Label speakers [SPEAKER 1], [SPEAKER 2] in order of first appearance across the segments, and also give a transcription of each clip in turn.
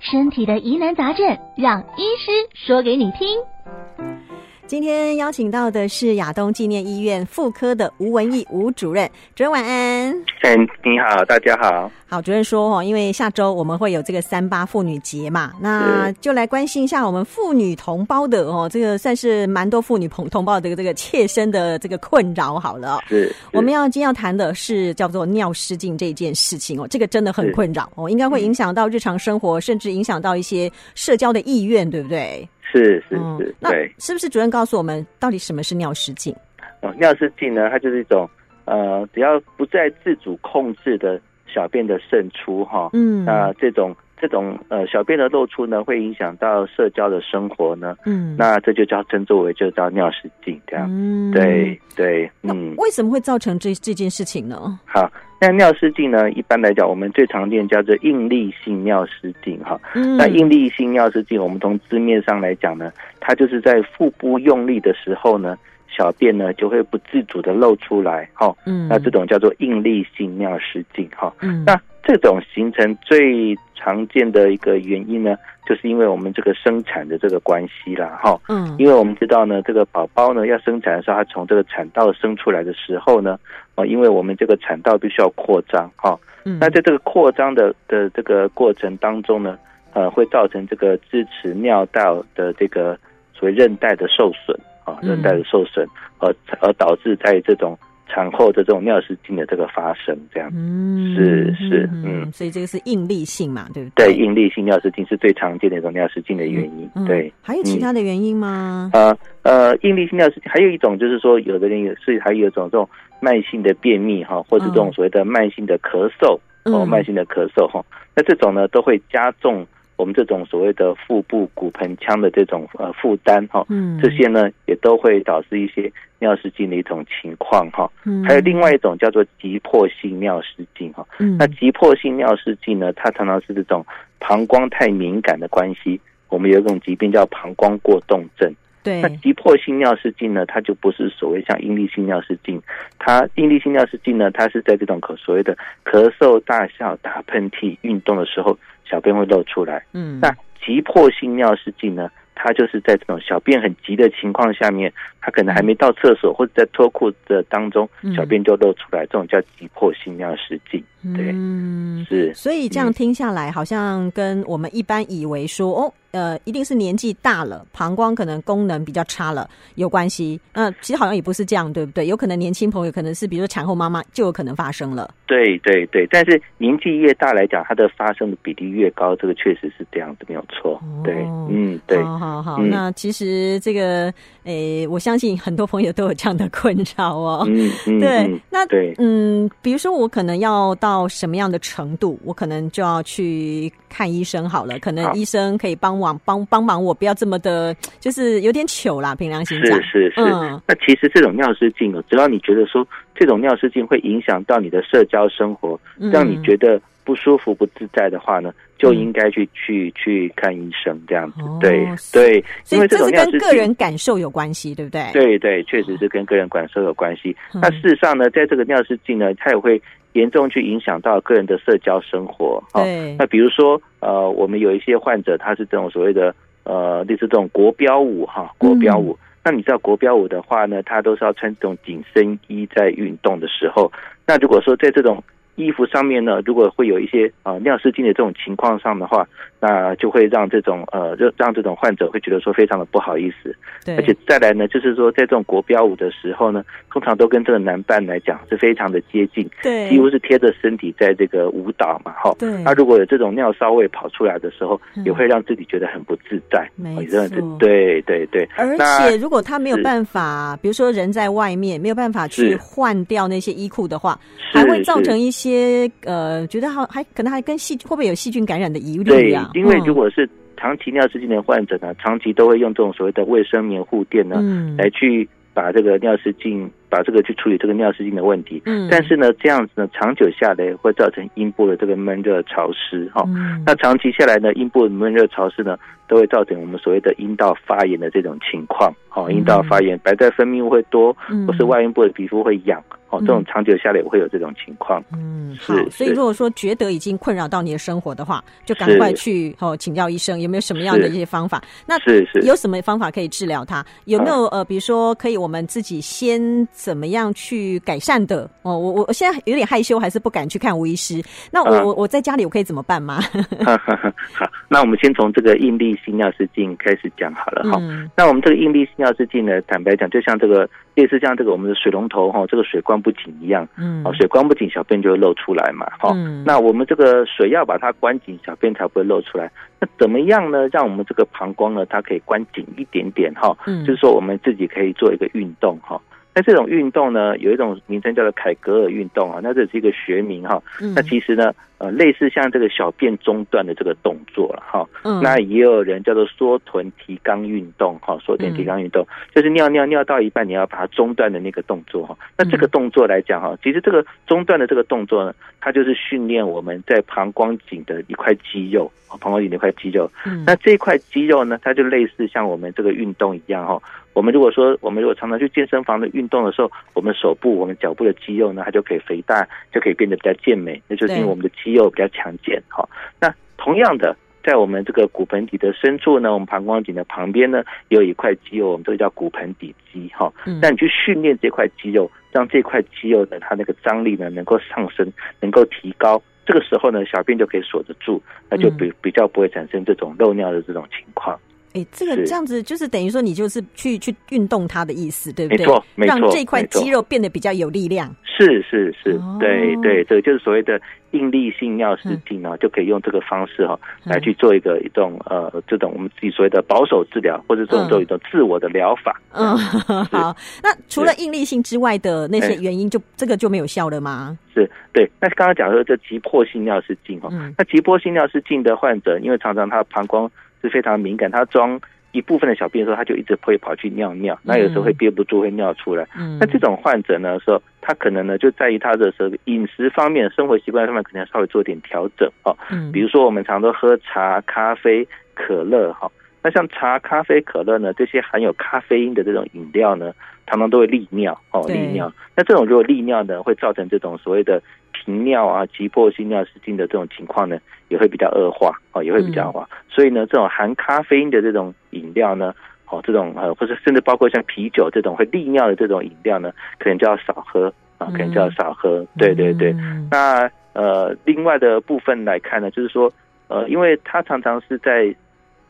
[SPEAKER 1] 身体的疑难杂症，让医师说给你听。
[SPEAKER 2] 今天邀请到的是亚东纪念医院妇科的吴文义吴主任，主任晚安。
[SPEAKER 3] 哎，你好，大家好。
[SPEAKER 2] 好，主任说哦，因为下周我们会有这个三八妇女节嘛，那就来关心一下我们妇女同胞的哦，这个算是蛮多妇女同同胞的这个切身的这个困扰好了哦、
[SPEAKER 3] 是，
[SPEAKER 2] 我们要今天要谈的是叫做尿失禁这件事情哦，这个真的很
[SPEAKER 3] 是
[SPEAKER 2] 困扰哦，应该会影响到日常生活，甚至影响到一些社交的意愿，对不对？
[SPEAKER 3] 是是
[SPEAKER 2] 嗯
[SPEAKER 3] 是，
[SPEAKER 2] 那
[SPEAKER 3] 对。
[SPEAKER 2] 是不是主任告诉我们到底什么是尿失禁？
[SPEAKER 3] 哦，尿失禁呢，它就是一种呃，只要不再自主控制的小便的渗出哈，
[SPEAKER 2] 嗯，
[SPEAKER 3] 那这种这种呃小便的漏出呢，会影响到社交的生活呢，
[SPEAKER 2] 嗯，
[SPEAKER 3] 那这就叫称作为就叫尿失禁这样。
[SPEAKER 2] 嗯，
[SPEAKER 3] 对。对，
[SPEAKER 2] 那
[SPEAKER 3] 嗯，
[SPEAKER 2] 为什么会造成这这件事情呢？
[SPEAKER 3] 好。那尿失禁呢，一般来讲，我们最常见叫做应力性尿失禁哈。
[SPEAKER 2] 嗯，
[SPEAKER 3] 那应力性尿失禁，我们从字面上来讲呢，它就是在腹部用力的时候呢，小便呢就会不自主的漏出来，哈、
[SPEAKER 2] 嗯，
[SPEAKER 3] 那这种叫做应力性尿失禁，哈、
[SPEAKER 2] 嗯，
[SPEAKER 3] 那这种形成最常见的一个原因呢，就是因为我们这个生产的这个关系啦，哈、
[SPEAKER 2] 嗯
[SPEAKER 3] 因为我们知道呢，这个宝宝呢要生产的时候，他从这个产道生出来的时候呢，哦，因为我们这个产道必须要扩张，哈、
[SPEAKER 2] 嗯
[SPEAKER 3] 那在这个扩张的的这个过程当中呢，呃，会造成这个支持尿道的这个所谓韧带的受损啊，
[SPEAKER 2] 嗯
[SPEAKER 3] 韧带的受损，而而导致在这种产后的这种尿失禁的这个发生，这样。
[SPEAKER 2] 嗯
[SPEAKER 3] 是是嗯，
[SPEAKER 2] 所以这个是应力性嘛，对不
[SPEAKER 3] 对，
[SPEAKER 2] 对，
[SPEAKER 3] 应力性尿失禁是最常见的一种尿失禁的原因。
[SPEAKER 2] 嗯
[SPEAKER 3] 对，，
[SPEAKER 2] 还有其他的原因吗？
[SPEAKER 3] 呃呃，应力性尿失禁还有一种就是说，有的人也是还有一种这种慢性的便秘哈，或者这种
[SPEAKER 2] 嗯
[SPEAKER 3] 所谓的慢性的咳嗽，哦，慢性的咳嗽哈、那这种呢都会加重我们这种所谓的腹部骨盆腔的这种呃负担哈、
[SPEAKER 2] 嗯，
[SPEAKER 3] 这些呢也都会导致一些尿失禁的一种情况哈、
[SPEAKER 2] 嗯，
[SPEAKER 3] 还有另外一种叫做急迫性尿失禁哈、
[SPEAKER 2] 嗯，
[SPEAKER 3] 那急迫性尿失禁呢，它常常是这种膀胱太敏感的关系。我们有一种疾病叫膀胱过动症。
[SPEAKER 2] 对
[SPEAKER 3] 那，急迫性尿失禁呢，它就不是所谓像应力性尿失禁，它应力性尿失禁呢，它是在这种可所谓的咳嗽、大笑、打喷嚏、运动的时候，小便会漏出来。
[SPEAKER 2] 嗯，
[SPEAKER 3] 那急迫性尿失禁呢，它就是在这种小便很急的情况下面，它可能还没到厕所或者在脱裤子的当中
[SPEAKER 2] 嗯，
[SPEAKER 3] 小便就漏出来，这种叫急迫性尿失禁。对
[SPEAKER 2] 嗯。
[SPEAKER 3] 是
[SPEAKER 2] 所以这样听下来，好像跟我们一般以为说，哦，呃，一定是年纪大了，膀胱可能功能比较差了有关系。嗯、其实好像也不是这样，对不对？有可能年轻朋友，可能是比如说产后妈妈就有可能发生了。
[SPEAKER 3] 对对对，但是年纪越大来讲，它的发生的比例越高，这个确实是这样子，没有错。对
[SPEAKER 2] 哦，
[SPEAKER 3] 嗯，对，
[SPEAKER 2] 好好好，
[SPEAKER 3] 嗯
[SPEAKER 2] 那其实这个，诶、我相信很多朋友都有这样的困扰哦。
[SPEAKER 3] 嗯嗯，
[SPEAKER 2] 对
[SPEAKER 3] 嗯，
[SPEAKER 2] 那
[SPEAKER 3] 对
[SPEAKER 2] 嗯，比如说我可能要到什么样的程度，我可能就要去看医生好了。可能
[SPEAKER 3] 好
[SPEAKER 2] 医生可以帮忙帮帮忙我，不要这么的，就是有点糗啦。凭良心
[SPEAKER 3] 是
[SPEAKER 2] 讲，
[SPEAKER 3] 是是。
[SPEAKER 2] 嗯
[SPEAKER 3] 那其实这种尿失禁哦，只要你觉得说这种尿失禁会影响到你的社交生活，
[SPEAKER 2] 嗯
[SPEAKER 3] 让你觉得不舒服、不自在的话呢，就应该去、去去看医生这样子。
[SPEAKER 2] 哦
[SPEAKER 3] 对
[SPEAKER 2] 所以
[SPEAKER 3] 对，
[SPEAKER 2] 嗯所
[SPEAKER 3] 因
[SPEAKER 2] 以
[SPEAKER 3] 为
[SPEAKER 2] 这
[SPEAKER 3] 种
[SPEAKER 2] 是
[SPEAKER 3] 尿
[SPEAKER 2] 跟
[SPEAKER 3] 失
[SPEAKER 2] 个人
[SPEAKER 3] 禁。
[SPEAKER 2] 感受有关系，对不对？，
[SPEAKER 3] 对对，确实是跟个人感受有关系。
[SPEAKER 2] 嗯
[SPEAKER 3] 那事实上呢，在这个尿失禁呢，它也会严重去影响到个人的社交生活。哦，
[SPEAKER 2] 对
[SPEAKER 3] 那，比如说，呃，我们有一些患者，他是这种所谓的呃，类似这种国标舞哈，
[SPEAKER 2] 嗯
[SPEAKER 3] 国标舞。那你知道国标舞的话呢，他都是要穿这种紧身衣在运动的时候。那如果说在这种衣服上面呢，如果会有一些呃尿失禁的这种情况上的话，那就会让这种呃让让这种患者会觉得说非常的不好意思，
[SPEAKER 2] 对，
[SPEAKER 3] 而且再来呢，就是说在这种国标舞的时候呢，通常都跟这个男伴来讲是非常的接近，
[SPEAKER 2] 对，
[SPEAKER 3] 几乎是贴着身体在这个舞蹈嘛，哈。
[SPEAKER 2] 对，
[SPEAKER 3] 那如果有这种尿骚味跑出来的时候，
[SPEAKER 2] 嗯
[SPEAKER 3] 也会让自己觉得很不自在，
[SPEAKER 2] 没
[SPEAKER 3] 哦也让自
[SPEAKER 2] 错
[SPEAKER 3] 对对对，
[SPEAKER 2] 而
[SPEAKER 3] 那
[SPEAKER 2] 且，如果他没有
[SPEAKER 3] 是
[SPEAKER 2] 办法，比如说人在外面没有办法去
[SPEAKER 3] 是
[SPEAKER 2] 换掉那些衣裤的话，
[SPEAKER 3] 是
[SPEAKER 2] 还会造成
[SPEAKER 3] 是
[SPEAKER 2] 一些呃，觉得好还可能还跟细会不会有细菌感染的疑虑
[SPEAKER 3] 对
[SPEAKER 2] 啊？，
[SPEAKER 3] 因为
[SPEAKER 2] 嗯
[SPEAKER 3] 如果是长期尿失禁的患者呢，长期都会用这种所谓的卫生棉护垫呢，
[SPEAKER 2] 嗯
[SPEAKER 3] 来去把这个尿失禁。把这个去处理这个尿失禁的问题。
[SPEAKER 2] 嗯，
[SPEAKER 3] 但是呢，这样子呢，长久下来会造成阴部的这个闷热潮湿哈、
[SPEAKER 2] 嗯
[SPEAKER 3] 哦那长期下来呢，阴部的闷热潮湿呢，都会造成我们所谓的阴道发炎的这种情况。哦，阴道发炎，白带分泌物会多，
[SPEAKER 2] 嗯
[SPEAKER 3] 或是外阴部的皮肤会痒。哦，这种
[SPEAKER 2] 嗯
[SPEAKER 3] 长久下来会有这种情况。
[SPEAKER 2] 嗯，好
[SPEAKER 3] 是，
[SPEAKER 2] 所以
[SPEAKER 3] 是
[SPEAKER 2] 如果说觉得已经困扰到你的生活的话，就赶
[SPEAKER 3] 是
[SPEAKER 2] 快去哦请教医生有没有什么样的
[SPEAKER 3] 是
[SPEAKER 2] 一些方法。那
[SPEAKER 3] 是是
[SPEAKER 2] 有什么方法可以治疗它？有没有呃，比如说可以我们自己先怎么样去改善的？哦，我我我现在有点害羞，还是不敢去看吴医师。那我、
[SPEAKER 3] 啊
[SPEAKER 2] 我我在家里我可以怎么办吗？
[SPEAKER 3] 好，那我们先从这个应力性尿失禁开始讲好了哈。
[SPEAKER 2] 嗯
[SPEAKER 3] 那我们这个应力性尿失禁呢，坦白讲，就像这个类似像这个我们的水龙头哈、这个水关不紧一样，
[SPEAKER 2] 嗯
[SPEAKER 3] 哦，水关不紧，小便就会漏出来嘛，哈、
[SPEAKER 2] 嗯
[SPEAKER 3] 那我们这个水要把它关紧，小便才不会漏出来。那怎么样呢？让我们这个膀胱呢，它可以关紧一点点哈、
[SPEAKER 2] 嗯
[SPEAKER 3] 就是说我们自己可以做一个运动哈、那这种运动呢，有一种名称叫做凯格尔运动啊，那这是一个学名哈、
[SPEAKER 2] 嗯
[SPEAKER 3] 那其实呢，呃，类似像这个小便中断的这个动作了哈、
[SPEAKER 2] 嗯
[SPEAKER 3] 那也有人叫做缩臀提肛运动哈，缩臀提肛运动、
[SPEAKER 2] 嗯
[SPEAKER 3] 就是尿尿尿到一半，你要把它中断的那个动作哈。那这个动作来讲
[SPEAKER 2] 嗯
[SPEAKER 3] 哈，其实这个中断的这个动作呢，它就是训练我们在膀胱颈的一块肌肉，哦膀胱颈的一块肌肉。
[SPEAKER 2] 嗯
[SPEAKER 3] 那这块肌肉呢，它就类似像我们这个运动一样哈。我们如果说我们如果常常去健身房的运动的时候，我们手部、我们脚部的肌肉呢，它就可以肥大，就可以变得比较健美，那就是因为
[SPEAKER 2] 对
[SPEAKER 3] 我们的肌肉比较强健哈。那同样的，在我们这个骨盆底的深处呢，我们膀胱颈的旁边呢，有一块肌肉，我们这个叫骨盆底肌哈。
[SPEAKER 2] 嗯
[SPEAKER 3] 那你去训练这块肌肉，让这块肌肉的它那个张力呢能够上升，能够提高。这个时候呢，小便就可以锁得住，那
[SPEAKER 2] 嗯
[SPEAKER 3] 就比比较不会产生这种漏尿的这种情况。
[SPEAKER 2] 哎、这个
[SPEAKER 3] 是
[SPEAKER 2] 这样子就是等于说你就是去去运动它的意思，对不
[SPEAKER 3] 没
[SPEAKER 2] 对？
[SPEAKER 3] 错，没错，
[SPEAKER 2] 让这块
[SPEAKER 3] 没错
[SPEAKER 2] 肌肉变得比较有力量。
[SPEAKER 3] 是是是
[SPEAKER 2] 哦，
[SPEAKER 3] 对对，这个就是所谓的应力性尿失禁呢，就可以用这个方式哈
[SPEAKER 2] 嗯
[SPEAKER 3] 来去做一个一种呃这种我们自己所谓的保守治疗，或者这
[SPEAKER 2] 嗯
[SPEAKER 3] 种做一种自我的疗法。
[SPEAKER 2] 嗯，好。那除了
[SPEAKER 3] 是
[SPEAKER 2] 应力性之外的那些
[SPEAKER 3] 哎
[SPEAKER 2] 原因就，这个就没有效了吗？
[SPEAKER 3] 是对。那刚刚讲说这急迫性尿失禁哈，哦
[SPEAKER 2] 嗯
[SPEAKER 3] 那急迫性尿失禁的患者，因为常常他膀胱是非常敏感，他装一部分的小便的时候，他就一直会跑去尿尿，那有时候会憋不住会尿出来。
[SPEAKER 2] 嗯，
[SPEAKER 3] 那这种患者呢，说他可能呢就在于他的这个饮食方面、生活习惯上面，可能要稍微做点调整哦。
[SPEAKER 2] 嗯，
[SPEAKER 3] 比如说我们常都喝茶、咖啡、可乐哈。那像茶、咖啡、可乐呢，这些含有咖啡因的这种饮料呢，常常都会利尿哦，
[SPEAKER 2] 对
[SPEAKER 3] 利尿。那这种如果利尿呢，会造成这种所谓的频尿啊、急迫性尿失禁的这种情况呢，也会比较恶化哦，也会比较恶
[SPEAKER 2] 嗯
[SPEAKER 3] 化。所以呢，这种含咖啡因的这种饮料呢，哦，这种呃，或者甚至包括像啤酒这种会利尿的这种饮料呢，可能就要少喝啊，可能就要少喝。对对对。
[SPEAKER 2] 嗯
[SPEAKER 3] 那呃，另外的部分来看呢，就是说，呃，因为他常常是在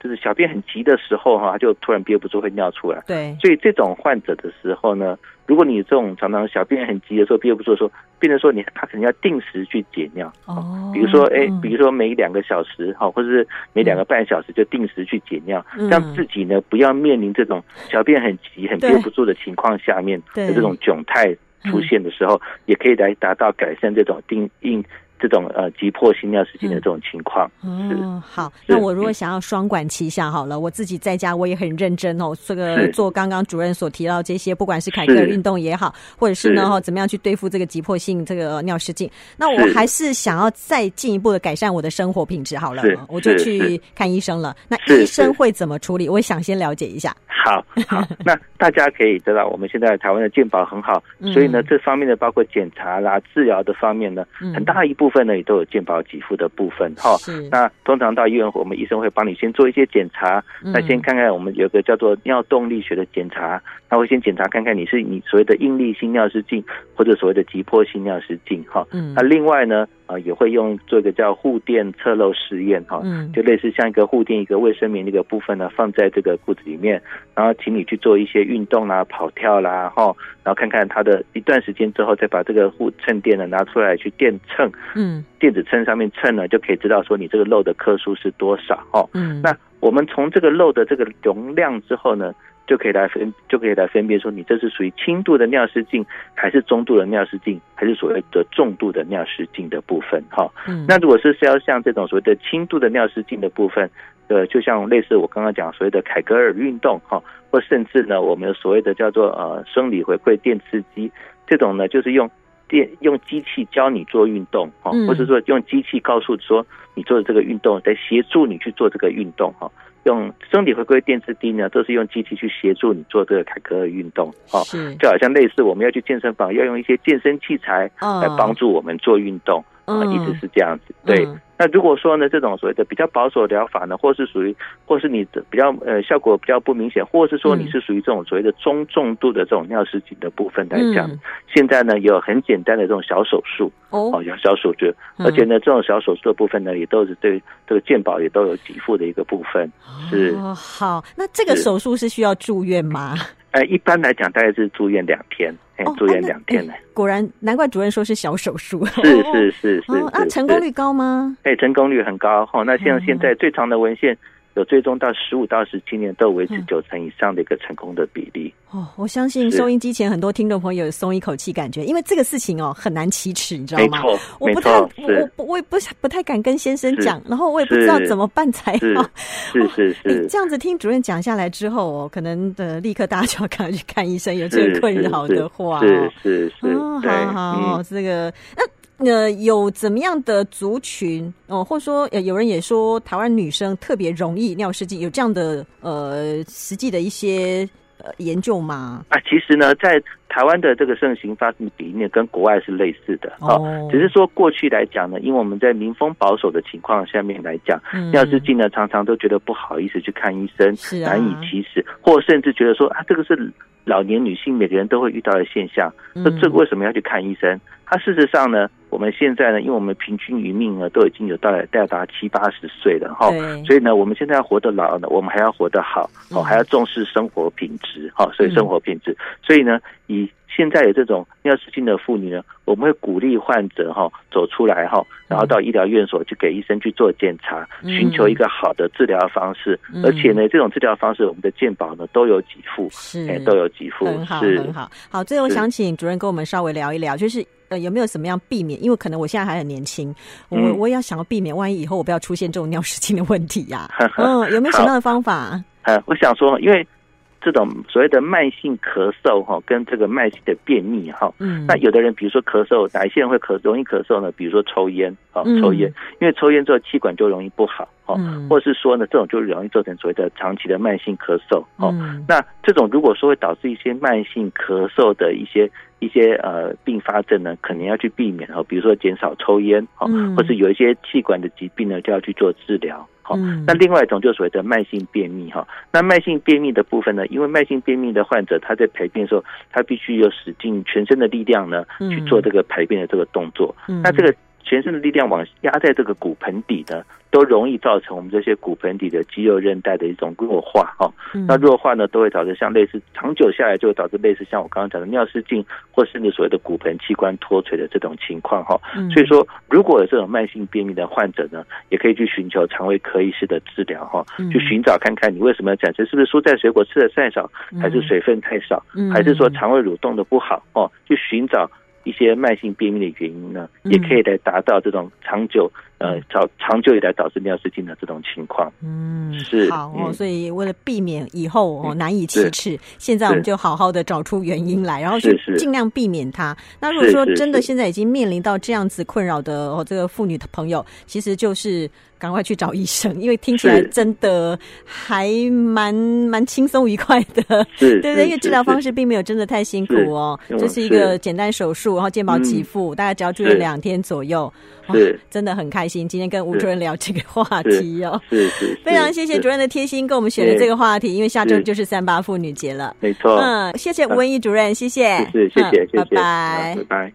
[SPEAKER 3] 就是小便很急的时候哈、他就突然憋不住会尿出来，
[SPEAKER 2] 对，
[SPEAKER 3] 所以这种患者的时候呢，如果你这种常常小便很急的时候憋不住的时候，变成说你他可能要定时去解尿，
[SPEAKER 2] 哦
[SPEAKER 3] 比如说哎，比
[SPEAKER 2] 如
[SPEAKER 3] 如说每两个小时哈、或者是每两个半小时就定时去解尿，
[SPEAKER 2] 嗯
[SPEAKER 3] 让自己呢不要面临这种小便很急、很
[SPEAKER 2] 对
[SPEAKER 3] 憋不住的情况下面
[SPEAKER 2] 对嗯
[SPEAKER 3] 的这种窘态出现的时候，也可以来达到改善这种定应这种呃急迫性尿失
[SPEAKER 2] 嗯
[SPEAKER 3] 禁的这种情况。
[SPEAKER 2] 哦，好，
[SPEAKER 3] 是嗯
[SPEAKER 2] 那我如果想要双管齐下，好了，我自己在家我也很认真哦，这个
[SPEAKER 3] 是
[SPEAKER 2] 做刚刚主任所提到这些，不管是凯格尔
[SPEAKER 3] 是
[SPEAKER 2] 运动也好，或者是呢哦
[SPEAKER 3] 是
[SPEAKER 2] 哈，怎么样去对付这个急迫性这个尿失禁，那我
[SPEAKER 3] 是
[SPEAKER 2] 还是想要再进一步的改善我的生活品质，好了
[SPEAKER 3] 是，
[SPEAKER 2] 我就是去
[SPEAKER 3] 是
[SPEAKER 2] 看医生了。那
[SPEAKER 3] 是
[SPEAKER 2] 医生
[SPEAKER 3] 是
[SPEAKER 2] 会怎么处理？我想先了解一下。
[SPEAKER 3] 好好，那大家可以知道，我们现在台湾的健保很好，
[SPEAKER 2] 嗯
[SPEAKER 3] 所以呢，这方面的包括检查啦、治疗的方面呢，
[SPEAKER 2] 嗯
[SPEAKER 3] 很大一部分呢也都有健保给付的部分哈。
[SPEAKER 2] 是
[SPEAKER 3] 那通常到医院，我们医生会帮你先做一些检查，
[SPEAKER 2] 嗯
[SPEAKER 3] 那先看看我们有个叫做尿动力学的检查，他会先检查看看你是你所谓的应力性尿失禁或者所谓的急迫性尿失禁哈。
[SPEAKER 2] 嗯
[SPEAKER 3] 那另外呢，呃，也会用做一个叫护垫侧漏实验哈，
[SPEAKER 2] 嗯
[SPEAKER 3] 就类似像一个护垫一个卫生棉的一个部分呢，放在这个裤子里面，然后请你去做一些运动啦、跑跳啦，哈，然后看看它的一段时间之后，再把这个护衬垫呢拿出来去电秤
[SPEAKER 2] 嗯
[SPEAKER 3] 电子秤上面称呢，就可以知道说你这个漏的颗数是多少哦。
[SPEAKER 2] 嗯，
[SPEAKER 3] 那我们从这个漏的这个容量之后呢，就可以来分就可以来分辨说你这是属于轻度的尿失禁，还是中度的尿失禁，还是所谓的重度的尿失禁的部分哈。
[SPEAKER 2] 嗯
[SPEAKER 3] 那如果是要像这种所谓的轻度的尿失禁的部分，呃，就像类似我刚刚讲所谓的凯格尔运动哈，或甚至呢，我们有所谓的叫做呃生理回馈电刺激，这种呢就是用电用机器教你做运动哈
[SPEAKER 2] 嗯，
[SPEAKER 3] 或是说用机器告诉说你做的这个运动，来协助你去做这个运动哈。用生理回归电刺激呢，都是用机器去协助你做这个凯格尔运动哈，
[SPEAKER 2] 是
[SPEAKER 3] 就好像类似我们要去健身房，要用一些健身器材来帮助我们做运动。啊、
[SPEAKER 2] 嗯
[SPEAKER 3] 一直是这样子。对，
[SPEAKER 2] 嗯
[SPEAKER 3] 那如果说呢，这种所谓的比较保守疗法呢，或是属于，或是你比较呃效果比较不明显，或是说
[SPEAKER 2] 嗯
[SPEAKER 3] 你是属于这种所谓的中重度的这种尿失禁的部分来讲，
[SPEAKER 2] 嗯
[SPEAKER 3] 现在呢有很简单的这种小手术
[SPEAKER 2] 哦
[SPEAKER 3] 哦，，有小手术，
[SPEAKER 2] 嗯
[SPEAKER 3] 而且呢这种小手术的部分呢，也都是对这个健保也都有给付的一个部分。是
[SPEAKER 2] 哦好，那这个
[SPEAKER 3] 是
[SPEAKER 2] 手术是需要住院吗？
[SPEAKER 3] 呃，一般来讲大概是住院两天，哎、
[SPEAKER 2] 哦
[SPEAKER 3] 住院
[SPEAKER 2] 啊那
[SPEAKER 3] 两天
[SPEAKER 2] 哎
[SPEAKER 3] 呢，
[SPEAKER 2] 果然，难怪主任说是小手术。
[SPEAKER 3] 是是是是
[SPEAKER 2] 哦，那
[SPEAKER 3] 是
[SPEAKER 2] 成功
[SPEAKER 3] 是
[SPEAKER 2] 率高吗？
[SPEAKER 3] 哎，成功率很高哈、哦。那像
[SPEAKER 2] 嗯
[SPEAKER 3] 现在最长的文献有追踪到十五到十七年都维持
[SPEAKER 2] 嗯
[SPEAKER 3] 九成以上的一个成功的比例。
[SPEAKER 2] 哦，我相信
[SPEAKER 3] 是
[SPEAKER 2] 收音机前很多听众朋友松一口气，感觉因为这个事情哦很难启齿，你知道
[SPEAKER 3] 没
[SPEAKER 2] 吗？
[SPEAKER 3] 错，
[SPEAKER 2] 我
[SPEAKER 3] 没
[SPEAKER 2] 不太，我
[SPEAKER 3] 错，
[SPEAKER 2] 我
[SPEAKER 3] 是
[SPEAKER 2] 不我也不不太敢跟先生
[SPEAKER 3] 是
[SPEAKER 2] 讲，然后我也不知道
[SPEAKER 3] 是
[SPEAKER 2] 怎么办才
[SPEAKER 3] 是
[SPEAKER 2] 好。
[SPEAKER 3] 是是
[SPEAKER 2] 诶
[SPEAKER 3] 是
[SPEAKER 2] 这样子听主任讲下来之后哦，可能呃立刻大家就要赶快去看医生，有这
[SPEAKER 3] 是
[SPEAKER 2] 个困扰的话、
[SPEAKER 3] 是是是，
[SPEAKER 2] 哦，
[SPEAKER 3] 对，
[SPEAKER 2] 啊好好，
[SPEAKER 3] 嗯，
[SPEAKER 2] 这个那呃有怎么样的族群哦、或者说、呃、有人也说台湾女生特别容易尿失禁，有这样的呃实际的一些呃研究吗？
[SPEAKER 3] 啊，其实呢，在台湾的这个盛行发生的比例呢，跟国外是类似的哈、
[SPEAKER 2] 哦
[SPEAKER 3] 只是说过去来讲呢，因为我们在民风保守的情况下面来讲，
[SPEAKER 2] 嗯
[SPEAKER 3] 尿失禁呢，常常都觉得不好意思去看医生，
[SPEAKER 2] 是啊
[SPEAKER 3] 难以启齿，或甚至觉得说啊，这个是老年女性每个人都会遇到的现象。那
[SPEAKER 2] 嗯
[SPEAKER 3] 这个为什么要去看医生？它事实上呢，我们现在呢，因为我们平均余命呢都已经有到到达七八十岁了哈，
[SPEAKER 2] 对，
[SPEAKER 3] 哦所以呢，我们现在要活得老呢，我们还要活得好，哦，
[SPEAKER 2] 嗯
[SPEAKER 3] 还要重视生活品质哈、所以
[SPEAKER 2] 嗯
[SPEAKER 3] 生活品质，所以呢，以现在有这种尿失禁的妇女呢，我们会鼓励患者哈、走出来哈、然后到医疗院所去给医生去做检查，
[SPEAKER 2] 嗯
[SPEAKER 3] 寻求一个好的治疗方式，
[SPEAKER 2] 嗯
[SPEAKER 3] 而且呢，这种治疗方式我们的健保呢都有给付，
[SPEAKER 2] 是
[SPEAKER 3] 哎，都有给付，
[SPEAKER 2] 很好，
[SPEAKER 3] 是
[SPEAKER 2] 很好。好，最后
[SPEAKER 3] 是
[SPEAKER 2] 想请主任跟我们稍微聊一聊，就是呃，有没有什么样避免？因为可能我现在还很年轻，我、
[SPEAKER 3] 嗯
[SPEAKER 2] 我也要想要避免，万一以后我不要出现这种尿失禁的问题 呀、嗯，有没有什么样的方法？
[SPEAKER 3] 呃，我想说，因为这种所谓的慢性咳嗽哈、跟这个慢性的便秘哦哈、
[SPEAKER 2] 嗯，
[SPEAKER 3] 那有的人，比如说咳嗽，哪一些人会咳容易咳嗽呢？比如说抽烟，哦
[SPEAKER 2] 嗯，
[SPEAKER 3] 抽烟，因为抽烟之后气管就容易不好，哦，
[SPEAKER 2] 嗯
[SPEAKER 3] 或是说呢，这种就容易造成所谓的长期的慢性咳嗽，哦，
[SPEAKER 2] 嗯
[SPEAKER 3] 那这种如果说会导致一些慢性咳嗽的一些一些呃并发症呢，可能要去避免哦，比如说减少抽烟，哦，
[SPEAKER 2] 嗯
[SPEAKER 3] 或是有一些气管的疾病呢，就要去做治疗，哦，
[SPEAKER 2] 嗯
[SPEAKER 3] 那另外一种就是所谓的慢性便秘哈，那慢性便秘的部分呢，因为慢性便秘的患者他在排便的时候，他必须有使尽全身的力量呢
[SPEAKER 2] 嗯
[SPEAKER 3] 去做这个排便的这个动作。
[SPEAKER 2] 嗯
[SPEAKER 3] 那这个全身的力量往压在这个骨盆底呢，都容易造成我们这些骨盆底的肌肉韧带的一种弱化哈。
[SPEAKER 2] 嗯
[SPEAKER 3] 那弱化呢，都会导致像类似长久下来就会导致类似像我刚刚讲的尿失禁，或甚至所谓的骨盆器官脱垂的这种情况哈。
[SPEAKER 2] 嗯
[SPEAKER 3] 所以说，如果有这种慢性便秘的患者呢，也可以去寻求肠胃科医师的治疗哈，
[SPEAKER 2] 嗯
[SPEAKER 3] 去寻找看看你为什么要产生，是不是蔬菜水果吃的太少，还是水分太少，
[SPEAKER 2] 嗯
[SPEAKER 3] 还是说肠胃蠕动的不好哦，去寻找。一些慢性便秘的原因呢，
[SPEAKER 2] 嗯
[SPEAKER 3] 也可以来达到这种长久呃长长久以来导致尿失禁的这种情况。
[SPEAKER 2] 嗯
[SPEAKER 3] 是
[SPEAKER 2] 好哦，
[SPEAKER 3] 嗯
[SPEAKER 2] 所以为了避免以后哦
[SPEAKER 3] 嗯
[SPEAKER 2] 难以启
[SPEAKER 3] 是
[SPEAKER 2] 齿，现在我们
[SPEAKER 3] 是
[SPEAKER 2] 就好好的找出原因来，然后去
[SPEAKER 3] 是是
[SPEAKER 2] 尽量避免它。那如果
[SPEAKER 3] 是
[SPEAKER 2] 说
[SPEAKER 3] 是
[SPEAKER 2] 真的
[SPEAKER 3] 是
[SPEAKER 2] 现在已经面临到这样子困扰的哦这个妇女的朋友，其实就是赶快去找医生，因为听起来
[SPEAKER 3] 是
[SPEAKER 2] 真的还蛮蛮轻松愉快的。
[SPEAKER 3] 是，
[SPEAKER 2] 对不对？
[SPEAKER 3] 是
[SPEAKER 2] 因为治疗
[SPEAKER 3] 是
[SPEAKER 2] 方式并没有真的太辛苦哦，
[SPEAKER 3] 是嗯嗯
[SPEAKER 2] 就是一个简单手术，然后健保给付，大概只要住院
[SPEAKER 3] 是
[SPEAKER 2] 两天左右，哇
[SPEAKER 3] 是
[SPEAKER 2] 真的很开心。今天跟吴主任聊这个话题哦，
[SPEAKER 3] 是是是，
[SPEAKER 2] 非常谢谢
[SPEAKER 3] 是嗯
[SPEAKER 2] 主，任的贴心，跟我们选的这个话题，因为下周就是三八妇女节了。嗯
[SPEAKER 3] 没错，
[SPEAKER 2] 嗯，谢谢吴文义主任，谢谢，
[SPEAKER 3] 是是，谢谢
[SPEAKER 2] 嗯
[SPEAKER 3] 谢谢，
[SPEAKER 2] 拜拜
[SPEAKER 3] 嗯拜拜。